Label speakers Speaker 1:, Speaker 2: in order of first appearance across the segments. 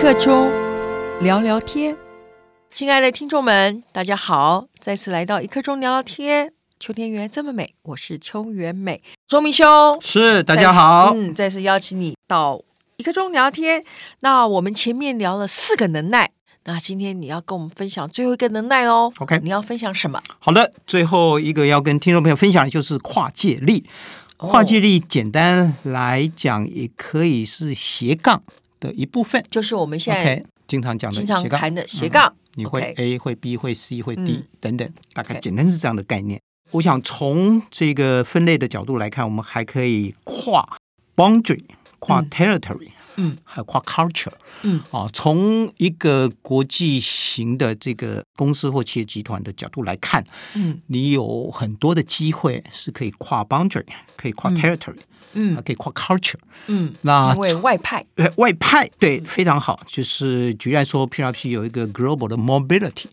Speaker 1: 刻钟，聊聊天。
Speaker 2: 亲爱的听众们，大家好，再次来到一刻钟聊聊天。秋天原来这么美，我是秋元美，钟明兄，
Speaker 3: 是大家好，
Speaker 2: 嗯，再次邀请你到一刻钟聊聊天。那我们前面聊了四个能耐，那今天你要跟我们分享最后一个能耐喽。
Speaker 3: OK
Speaker 2: 你要分享什么？
Speaker 3: 好的，最后一个要跟听众朋友分享的就是跨界力。
Speaker 2: 哦
Speaker 3: 跨界力简单来讲，也可以是斜杠的一部分。
Speaker 2: 就是我们现在
Speaker 3: OK，经常讲的
Speaker 2: 经常
Speaker 3: 斜杠，嗯
Speaker 2: 谈的斜杠，
Speaker 3: 你会
Speaker 2: OK
Speaker 3: A 会 B 会 C 会 D
Speaker 2: 嗯
Speaker 3: 等等，大概
Speaker 2: OK
Speaker 3: 简单是这样的概念。我想从这个分类的角度来看，我们还可以跨 boundary、跨
Speaker 2: 嗯
Speaker 3: territory，
Speaker 2: 嗯，
Speaker 3: 还有跨 culture，
Speaker 2: 嗯，
Speaker 3: 啊，从一个国际型的这个公司或企业集团的角度来看，
Speaker 2: 嗯
Speaker 3: 你有很多的机会是可以跨 boundary，可以跨 territory，还
Speaker 2: 嗯
Speaker 3: 可以跨 culture。
Speaker 2: 嗯，
Speaker 3: 那
Speaker 2: 因为外派，
Speaker 3: 呃，外派对非常好，就是举例来说，PRP 有一个 global 的 mobility，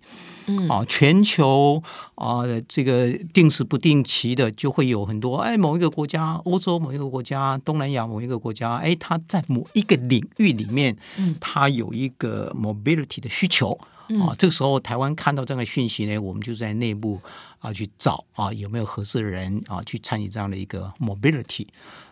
Speaker 2: 嗯
Speaker 3: 啊，全球啊、这个定时不定期的就会有很多，哎，某一个国家，欧洲某一个国家，东南亚某一个国家，哎，它在某一个领域里面，
Speaker 2: 嗯
Speaker 3: 它有一个 mobility 的需求。啊，这个时候台湾看到这样的讯息呢，我们就在内部啊去找啊有没有合适的人啊去参与这样的一个 mobility。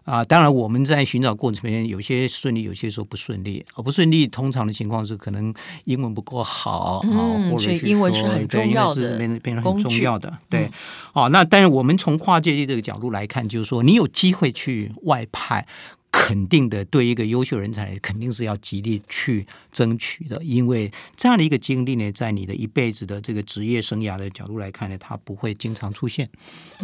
Speaker 3: 啊，当然我们在寻找过程里面，有些顺利，有些时候不顺利。啊，不顺利，通常的情况是可能英文不够好、
Speaker 2: 嗯
Speaker 3: 啊，或者
Speaker 2: 所以
Speaker 3: 是
Speaker 2: 英文
Speaker 3: 说
Speaker 2: 是很
Speaker 3: 对
Speaker 2: 重
Speaker 3: 英文
Speaker 2: 要
Speaker 3: 是
Speaker 2: 的
Speaker 3: 变变成
Speaker 2: 工
Speaker 3: 很重
Speaker 2: 具嗯
Speaker 3: 要的。对，哦、那但是我们从跨界力这个角度来看，就是说你有机会去外派。肯定的，对一个优秀人才，肯定是要极力去争取的，因为这样的一个经历呢，在你的一辈子的这个职业生涯的角度来看呢，它不会经常出现。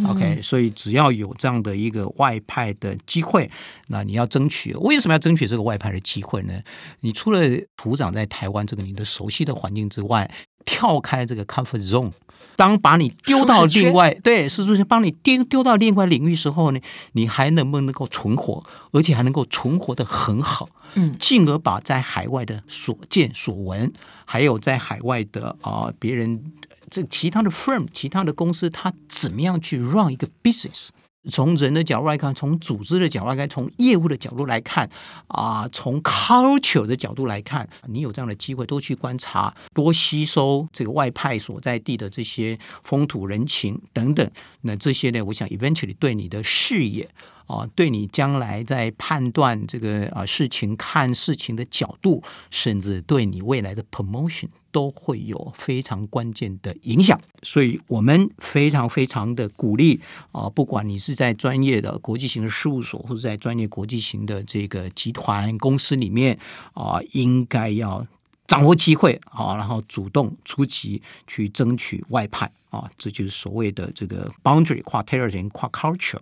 Speaker 3: OK，所
Speaker 2: 嗯
Speaker 3: 以只要有这样的一个外派的机会，那你要争取。为什么要争取这个外派的机会呢？你除了土长在台湾这个你的熟悉的环境之外，跳开这个 comfort zone，当把你丢到
Speaker 2: 舒适圈
Speaker 3: 另外对，是不是帮你丢丢到另外领域时候呢？你还能不能够存活，而且还能够存活的很好？
Speaker 2: 嗯
Speaker 3: 进而把在海外的所见所闻，还有在海外的啊、呃别人这其他的 firm、其他的公司，它怎么样去 run 一个 business？从人的角度来看，从组织的角度来看，从业务的角度来看，啊、从 culture 的角度来看，你有这样的机会，多去观察，多吸收这个外派所在地的这些风土人情等等。那这些呢，我想 eventually 对你的视野啊、对你将来在判断这个啊、事情、看事情的角度，甚至对你未来的 promotion 都会有非常关键的影响。所以我们非常非常的鼓励啊、不管你是在专业的国际型的事务所，或者在专业国际型的这个集团公司里面啊、应该要掌握机会啊，然后主动出击去争取外派啊，这就是所谓的这个 boundary 跨 territory 跨 culture。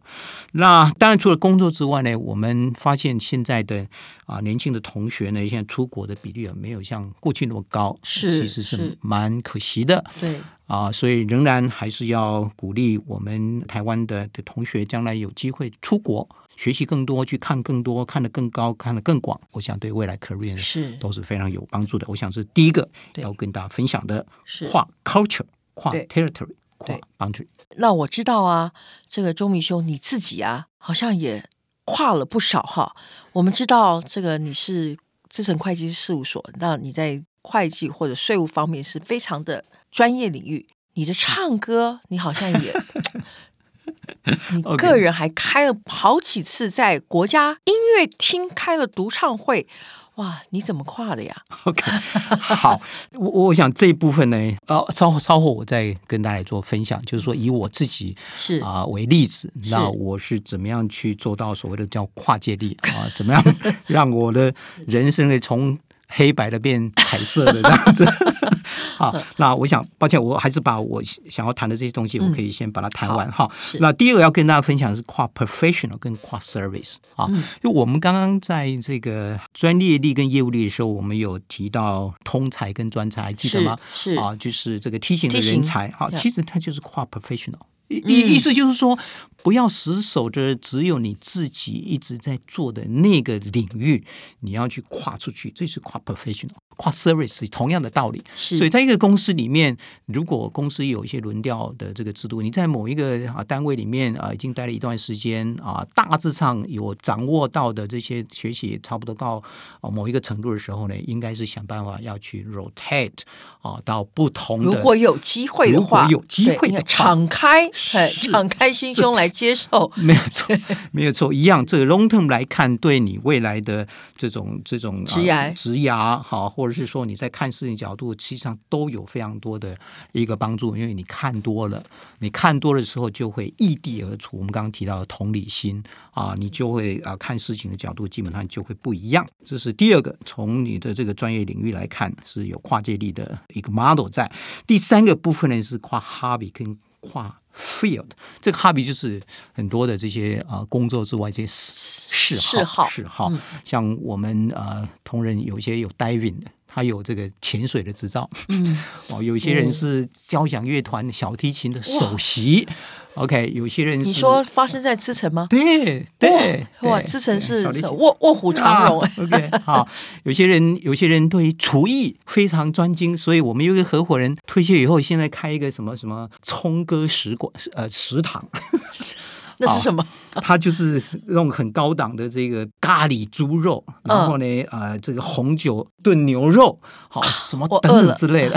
Speaker 3: 那当然，除了工作之外呢，我们发现现在的啊年轻的同学呢，现在出国的比率也啊没有像过去那么高，
Speaker 2: 是
Speaker 3: 其实
Speaker 2: 是
Speaker 3: 是蛮可惜的。
Speaker 2: 对，
Speaker 3: 啊，所以仍然还是要鼓励我们台湾的的同学，将来有机会出国学习更多，去看更多，看得更高，看得更广。我想对未来 career
Speaker 2: 是
Speaker 3: 都是非常有帮助的。我想是第一个
Speaker 2: 对
Speaker 3: 要跟大家分享的
Speaker 2: 是，
Speaker 3: 跨 culture、跨
Speaker 2: 对
Speaker 3: territory、跨
Speaker 2: 对
Speaker 3: boundary。
Speaker 2: 那我知道啊，这个钟明兄你自己啊，好像也跨了不少哈。我们知道这个你是资诚会计师事务所，那你在会计或者税务方面是非常的专业领域。你的唱歌，你好像 也，你
Speaker 3: OK
Speaker 2: 个人还开了好几次在国家音乐厅开了独唱会，哇，你怎么跨的呀？
Speaker 3: OK，好，我我想这一部分呢，呃，稍后稍后我再跟大家做分享，就是说以我自己
Speaker 2: 是
Speaker 3: 啊、为例子，
Speaker 2: 是
Speaker 3: 那我是怎么样去做到所谓的叫跨界力啊、怎 么样让我的人生呢从黑白的变彩色的这 样子。好，那我想，抱歉，我还是把我想要谈的这些东
Speaker 2: 嗯
Speaker 3: 西，我可以先把它谈完哈、
Speaker 2: 是
Speaker 3: 那第二个要跟大家分享的是跨 professional 跟跨 service 啊，因为我们刚刚在这个专业力跟业务力的时候，我们有提到通才跟专才，还记得吗？
Speaker 2: 是是
Speaker 3: 啊，就是这个梯形的
Speaker 2: T 型
Speaker 3: 人才，好，
Speaker 2: Yeah
Speaker 3: 其实它就是跨 professional。意意意思就是说，不要死守着只有你自己一直在做的那个领域，你要去跨出去，这是跨 professional、跨 service 同样的道理。
Speaker 2: 是
Speaker 3: 所以在一个公司里面，如果公司有一些轮调的这个制度，你在某一个啊单位里面啊已经待了一段时间啊，大致上有掌握到的这些学习也差不多到啊某一个程度的时候呢，应该是想办法要去 rotate 啊到不同的。
Speaker 2: 如果有机会的话，
Speaker 3: 如果有机会
Speaker 2: 对
Speaker 3: 的话
Speaker 2: 应该敞开，哎，
Speaker 3: 是
Speaker 2: 敞开心胸来接受。
Speaker 3: 没有错， 没有错，一样。这个 long term 来看，对你未来的这种这种
Speaker 2: 职涯
Speaker 3: 呃职涯好，或者是说你在看事情角度，实际上都有非常多的一个帮助，因为你看多了，你看多的时候就会异地而处。我们刚刚提到的同理心啊，你就会啊看事情的角度基本上就会不一样。这是第二个，从你的这个专业领域来看是有跨界力的一个 model 在。第三个部分呢是跨 hobby 跟跨 field，这个 hobby 就是很多的这些啊、呃工作之外这些嗜
Speaker 2: 嗜好嗯
Speaker 3: 嗜好，像我们呃同仁有些有 diving 的。他有这个潜水的执照，嗯，哦，有些人是交响乐团小提琴的首席，OK，有些人是
Speaker 2: 你说发生在赤城吗？
Speaker 3: 对对，
Speaker 2: 哇，
Speaker 3: 对
Speaker 2: 赤城
Speaker 3: 对
Speaker 2: 是
Speaker 3: 小提琴
Speaker 2: 卧卧虎藏龙，哎
Speaker 3: 啊 OK，好，有些人有些人对于厨艺非常专精，所以我们有一个合伙人退休以后，现在开一个什么什么葱歌食馆呃食堂，
Speaker 2: 那是什么？
Speaker 3: 他就是用很高档的这个咖喱猪肉，然后呢、呃这个红酒炖牛肉，好什么
Speaker 2: 啊我饿
Speaker 3: 等
Speaker 2: 了
Speaker 3: 等之类的。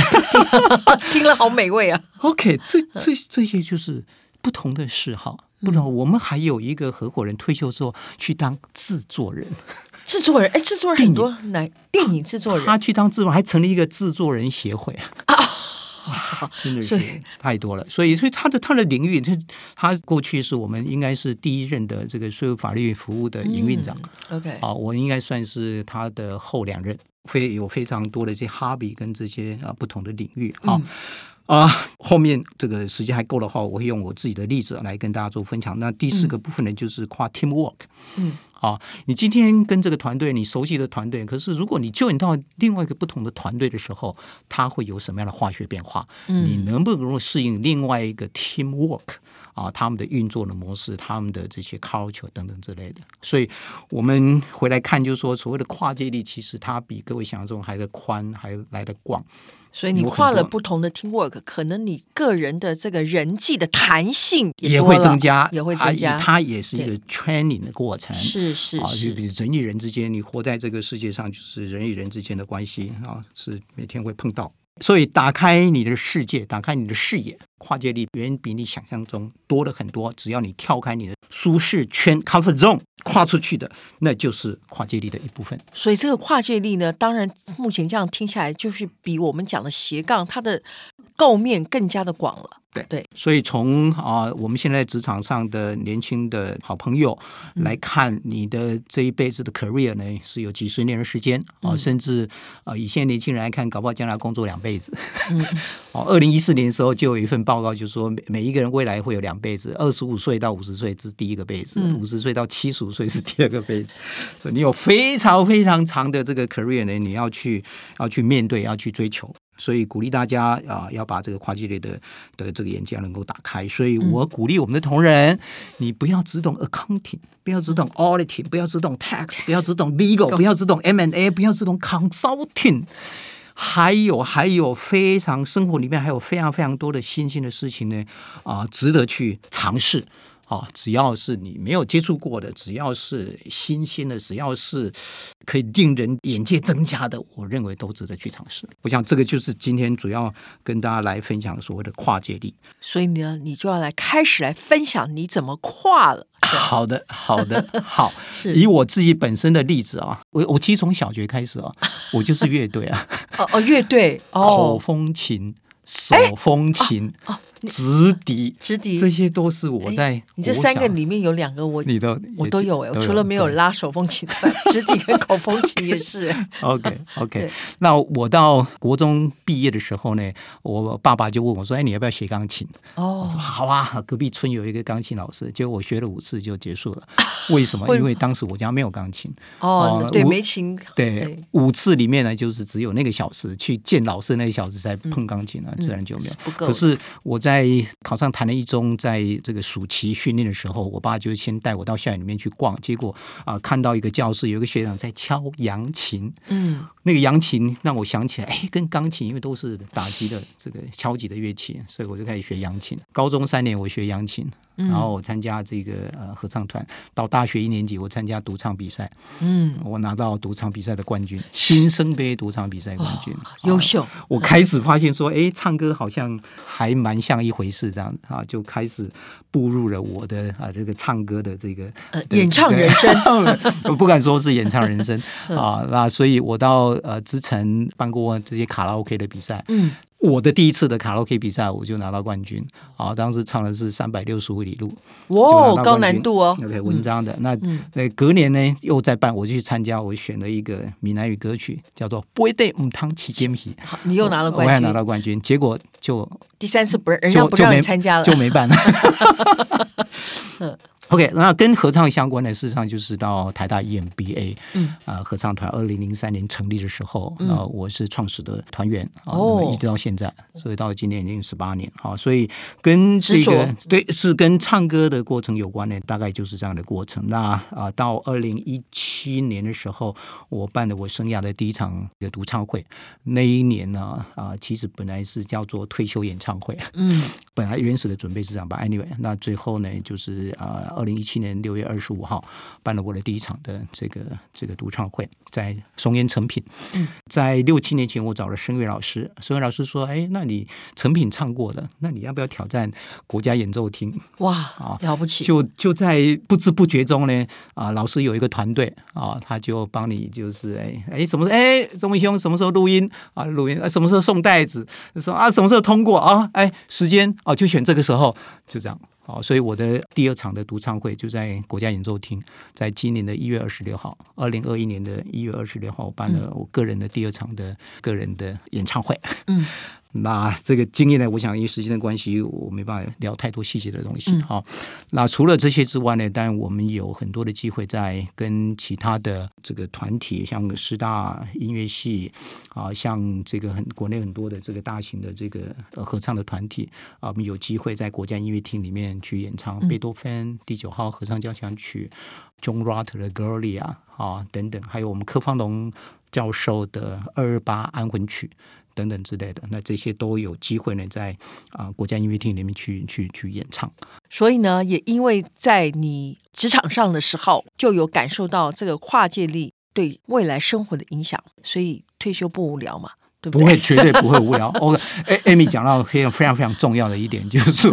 Speaker 2: 听了好美味啊！
Speaker 3: OK，这这这些就是不同的嗜好。不然，我们还有一个合伙人退休之后去当制作人。
Speaker 2: 制作人，哎，制作人很多，来电影制作人
Speaker 3: 他去当制作人，还成立一个制作人协 会啊。哇，真的
Speaker 2: 所
Speaker 3: 是
Speaker 2: 以
Speaker 3: 太多了，所以所以他的他的领域，他他过去是我们应该是第一任的这个税务法律服务的营运
Speaker 2: 嗯
Speaker 3: 长，
Speaker 2: ，OK，
Speaker 3: 啊，我应该算是他的后两任，会有非常多的一些 hobby 跟这些啊不同的领域啊。啊、后面这个时间还够的话，我会用我自己的例子来跟大家做分享。那第四个部分呢，就是跨 teamwork。
Speaker 2: 嗯，
Speaker 3: 啊，你今天跟这个团队，你熟悉的团队，可是如果你就你到另外一个不同的团队的时候，它会有什么样的化学变化？你能不能够适应另外一个 teamwork？啊，他们的运作的模式，他们的这些 culture 等等之类的。所以，我们回来看，就是说，所谓的跨界力，其实它比各位想象中还的宽，还来的广。
Speaker 2: 所以你
Speaker 3: 有很
Speaker 2: 跨了
Speaker 3: 多
Speaker 2: 不同的 teamwork，可能你个人的这个人际的弹性
Speaker 3: 也
Speaker 2: 多
Speaker 3: 会
Speaker 2: 了
Speaker 3: 增加，
Speaker 2: 也会增加。
Speaker 3: 啊它也是一个 training 的过程。
Speaker 2: 是是，
Speaker 3: 啊，就是比如人与人之间，你活在这个世界上，就是人与人之间的关系啊，是每天会碰到。所以，打开你的世界，打开你的视野，跨界力远比你想象中多了很多。只要你跳开你的舒适圈 （comfort zone），跨出去的，那就是跨界力的一部分。
Speaker 2: 所以这个跨界力呢，当然目前这样听下来，就是比我们讲的斜杠它的构面更加的广了。
Speaker 3: 所以从啊、我们现在职场上的年轻的好朋友来看，你的这一辈子的 career 呢，是有几十年的时间啊、甚至啊、以现在年轻人来看，搞不好将来工作两辈子。哦，二零一四年的时候就有一份报告，就说每每一个人未来会有两辈子，二十五岁到五十岁是第一个辈子，五十、岁到七十五岁是第二个辈子， 所以你有非常非常长的这个 career 呢，你要去要去面对，要去追求。所以鼓励大家啊、要把这个跨界类的的这个眼界能够打开。所以我鼓励我们的同仁，你不要只懂 accounting，不要只懂 auditing，不要只懂 tax，不要只懂 legal，不要只懂 M&A，不要只懂 consulting。还有还有非常生活里面还有非常非常多的新兴的事情呢，啊、值得去尝试。啊，只要是你没有接触过的，只要是新鲜的，只要是可以令人眼界增加的，我认为都值得去尝试。我想这个就是今天主要跟大家来分享所谓的跨界力。
Speaker 2: 所以呢，你就要来开始来分享你怎么跨 了。
Speaker 3: 好的，好 的，好。
Speaker 2: 是
Speaker 3: 以我自己本身的例子啊，我我其实从小学开始啊，我就是乐队啊。
Speaker 2: 哦哦，乐队
Speaker 3: 口
Speaker 2: 哦，哎
Speaker 3: 风琴、手风琴、直笛、
Speaker 2: 直笛哎
Speaker 3: 这些都是我在
Speaker 2: 你这三
Speaker 3: 国
Speaker 2: 个
Speaker 3: 小
Speaker 2: 里面有两个我
Speaker 3: 你都
Speaker 2: 我都有哎，
Speaker 3: 也
Speaker 2: 我除了没有
Speaker 3: 对
Speaker 2: 拉手风琴之外，直笛跟口风琴也是。
Speaker 3: OK OK，
Speaker 2: 对
Speaker 3: 那我到国中毕业的时候呢，我爸爸就问我说：“哎，你要不要学钢琴？”我
Speaker 2: 哦，
Speaker 3: 说：“好啊，隔壁村有一个钢琴老师。”结果我学了五次就结束了。为什么？
Speaker 2: 为
Speaker 3: 因为当时我家没有钢琴，
Speaker 2: 哦
Speaker 3: 哦，
Speaker 2: 对，
Speaker 3: 我
Speaker 2: 没琴，
Speaker 3: 对，五次里面呢，就是只有那个小时去见老师那个小时才碰钢琴啊，自然就没
Speaker 2: 嗯
Speaker 3: 有
Speaker 2: 是。不够的
Speaker 3: 可是我在考上台南一中，在这个暑期训练的时候，我爸就先带我到校园里面去逛，结果啊、看到一个教室有一个学长在敲扬琴，
Speaker 2: 嗯，
Speaker 3: 那个扬琴让我想起来，哎，跟钢琴因为都是打击的这个敲击的乐器，所以我就开始学扬琴。高中三年我学扬琴，
Speaker 2: 嗯
Speaker 3: 然后我参加这个呃合唱团，到大学一年级我参加独唱比赛，嗯，我拿到独唱比赛的冠军，新生杯独唱比赛冠军，啊
Speaker 2: 优秀，
Speaker 3: 我开始发现说，哎，唱歌好像还蛮像一回事，这样啊，就开始步入了我的啊这个唱歌的这个、
Speaker 2: 呃
Speaker 3: 对
Speaker 2: 演唱人 生，嗯
Speaker 3: 对我不敢说是演唱 人生啊。那所以，我到呃之城办过这些卡拉 OK 的比赛，
Speaker 2: 嗯，
Speaker 3: 我的第一次的卡拉 OK 比赛，我就拿到冠军啊。当时唱的是三百六十五里路，
Speaker 2: 哇
Speaker 3: 就拿到
Speaker 2: 哦，
Speaker 3: 冠军
Speaker 2: 高难度哦，嗯
Speaker 3: OK，文章的、那呃，隔年呢又再办，我去参加，我选了一个闽南语歌曲，叫做《不会对母汤起煎皮》，
Speaker 2: 好你又拿了
Speaker 3: 我
Speaker 2: 冠
Speaker 3: 还拿
Speaker 2: 军，
Speaker 3: 到冠军，结果就
Speaker 2: 第三次不让人家
Speaker 3: 就
Speaker 2: 不
Speaker 3: 就
Speaker 2: 让
Speaker 3: 没
Speaker 2: 你参加了
Speaker 3: 就，没 办了。OK，那嗯跟合唱相关的，事实上就是到台大 E EMBA，
Speaker 2: 嗯，
Speaker 3: 啊、合唱团二零零三年成立的时候，那、我是创始的团员，啊
Speaker 2: 哦
Speaker 3: 那么一直到现在，所以到今年已经十八年，好、所以跟这
Speaker 2: 执着
Speaker 3: 个对是跟唱歌的过程有关的，大概就是这样的过程。那啊、到二零一七年的时候，我办了我生涯的第一场的独唱会，那一年呢，啊、其实本来是叫做退休演唱会，
Speaker 2: 嗯，
Speaker 3: 本来原始的准备是这样吧，anyway，那最后呢，就是呃，二零一七年六月二十五号办了我的第一场的这个这个独唱会，在松烟成品。在六七年前，我找了声乐老师，声乐老师说：“哎，那你成品唱过了，那你要不要挑战国家演奏厅？”
Speaker 2: 哇，了不起，
Speaker 3: 啊就就在不知不觉中呢，啊，老师有一个团队啊，他就帮你就是哎哎什么时候哎钟明兄什么时候录音啊录音啊什么时候送袋子说啊什么时候通过啊哎时间啊就选这个时候就这样哦、所以我的第二场的独唱会就在国家演奏厅，在今年的一月二十六号，二零二一年的一月二十六号，我办了我个人的第二场的个人的演唱会。
Speaker 2: 嗯，
Speaker 3: 那这个经验呢，我想因为时间的关系，我没办法聊太多细节的东西哈、好那除了这些之外呢，当然我们有很多的机会在跟其他的这个团体，像师大音乐系啊、像这个很国内很多的这个大型的这个呃合唱的团体啊、我们有机会在国家音乐厅里面去演唱贝多芬第九号合唱交响曲、John Rutter 的《Gloria》啊等等，还有我们柯芳龙教授的《二二八安魂曲》等等之类的，那这些都有机会呢，在啊、国家音乐厅里面去去去演唱。
Speaker 2: 所以呢，也因为在你职场上的时候，就有感受到这个跨界力对未来生活的影响，所以退休不无聊嘛，对
Speaker 3: 不
Speaker 2: 对？
Speaker 3: 会，绝对不会无 聊。我哎，Amy 讲到非常非常非常重要的一点， 就是说，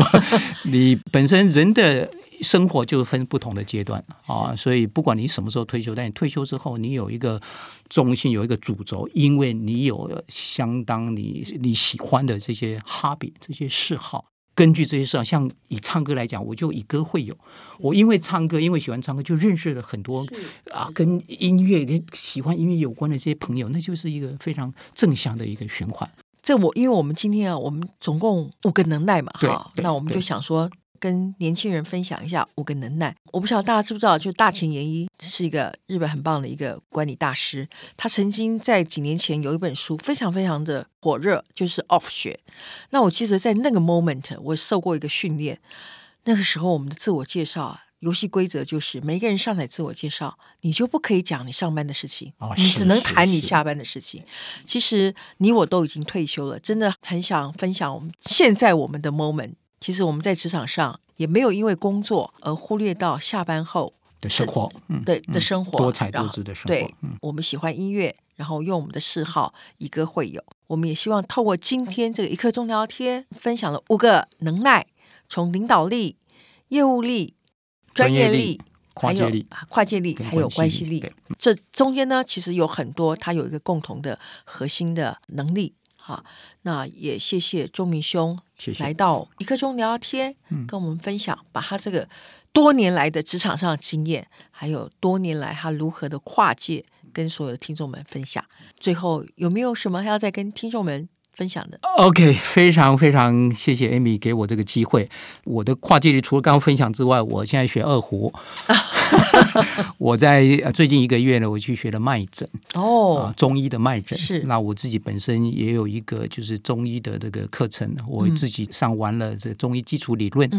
Speaker 3: 你本身人的生活就分不同的阶段啊，所以不管你什么时候退休，但你退休之后，你有一个重心，有一个主轴，因为你有相当你你喜欢的这些 hobby 这些嗜好。根据这些事啊，像以唱歌来讲，我就以歌会友。我因为唱歌，因为喜欢唱歌，就认识了很多啊，跟音乐、跟喜欢音乐有关的这些朋友，那就是一个非常正向的一个循环。
Speaker 2: 这我因为我们今天啊，我们总共五个能耐嘛，
Speaker 3: 对
Speaker 2: 哈，
Speaker 3: 对
Speaker 2: 那我们就
Speaker 3: 对
Speaker 2: 想说。跟年轻人分享一下五个能耐。我不晓得大家知不知道，就大前研一是一个日本很棒的一个管理大师。他曾经在几年前有一本书非常非常的火热，就是 Off 学。那我记得在那个 moment，我受过一个训练。那个时候我们的自我介绍啊，游戏规则就是每个人上来自我介绍，你就不可以讲你上班的事情，
Speaker 3: 哦
Speaker 2: 你
Speaker 3: 是
Speaker 2: 只能
Speaker 3: 是
Speaker 2: 谈你
Speaker 3: 是
Speaker 2: 下班的事情。其实你我都已经退休了，真的很想分享我们现在我们的 moment。其实我们在职场上也没有因为工作而忽略到下班后
Speaker 3: 的生活，嗯，
Speaker 2: 对的生活，嗯
Speaker 3: 多彩
Speaker 2: 然
Speaker 3: 多
Speaker 2: 后
Speaker 3: 姿的生活
Speaker 2: 对，我们喜欢音乐，然后用我们的嗜好以歌会友。我们也希望透过今天这个一刻钟聊天，分享了五个能耐，从领导力、业务力、专
Speaker 3: 专
Speaker 2: 业
Speaker 3: 业
Speaker 2: 力
Speaker 3: 力、跨界力
Speaker 2: 还有、啊跨界力
Speaker 3: 跟
Speaker 2: 还有关
Speaker 3: 关
Speaker 2: 系
Speaker 3: 系力
Speaker 2: 力
Speaker 3: 对。
Speaker 2: 这中间呢，其实有很多它有一个共同的核心的能力。好，那也谢谢钟明兄
Speaker 3: 谢谢
Speaker 2: 来到一刻钟聊天，跟我们分享，把他这个多年来的职场上的经验，还有多年来他如何的跨界，跟所有的听众们分享。最后有没有什么还要再跟听众们分享的。啊
Speaker 3: OK，非常非常谢谢 Amy 给我这个机会。我的跨界力除了刚刚分享之外，我现在学 二胡。 我在呃最近一个月呢，我去学了脉诊啊、
Speaker 2: 哦，
Speaker 3: 中医的脉诊。
Speaker 2: 是
Speaker 3: 那我自己本身也有一个就是中医的这个课程，
Speaker 2: 嗯
Speaker 3: 我自己上完了这中医基础理论、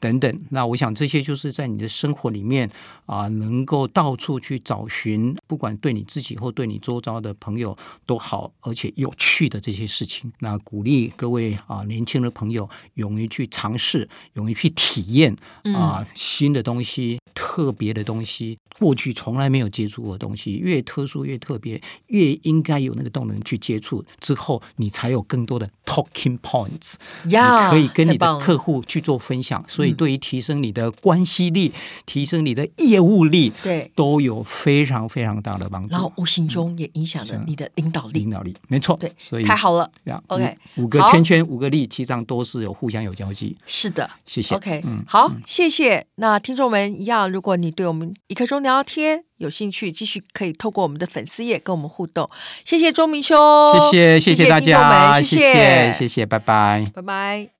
Speaker 3: 等等。那我想这些就是在你的生活里面啊、能够到处去找寻，不管对你自己或对你周遭的朋友都好，而且有趣的这些事情。那鼓励各位啊、年轻的朋友勇于去尝试，勇于去体验啊、新的东西。特别的东西，过去从来没有接触过的东西，越特殊越特别，越应该有那个动能去接触，之后你才有更多的 talking points，、
Speaker 2: 呀，
Speaker 3: 你可以跟
Speaker 2: 啊太
Speaker 3: 你的
Speaker 2: 棒
Speaker 3: 客
Speaker 2: 了嗯
Speaker 3: 户去做分享。所以对于提升你的关系力、提升你的业务力，
Speaker 2: 对，
Speaker 3: 都有非常非常大的帮助。
Speaker 2: 然后无形中也影响了你的啊领导力
Speaker 3: 领。导力，没错，
Speaker 2: 对
Speaker 3: 所以
Speaker 2: 太好了
Speaker 3: 呀
Speaker 2: OK，
Speaker 3: 五五个
Speaker 2: 好
Speaker 3: 圈圈，五个力，其实上都是有互相有交集。
Speaker 2: 是的，
Speaker 3: 谢嗯谢
Speaker 2: OK，、好，谢谢。那听众们一样，如果你对我们一刻钟聊天有兴趣，继续可以透过我们的粉丝页跟我们互动。谢谢周明兄，
Speaker 3: 谢谢，谢
Speaker 2: 谢
Speaker 3: 谢大
Speaker 2: 听众
Speaker 3: 家，
Speaker 2: 们谢
Speaker 3: 谢谢，
Speaker 2: 谢
Speaker 3: 谢谢，拜拜。
Speaker 2: 拜拜。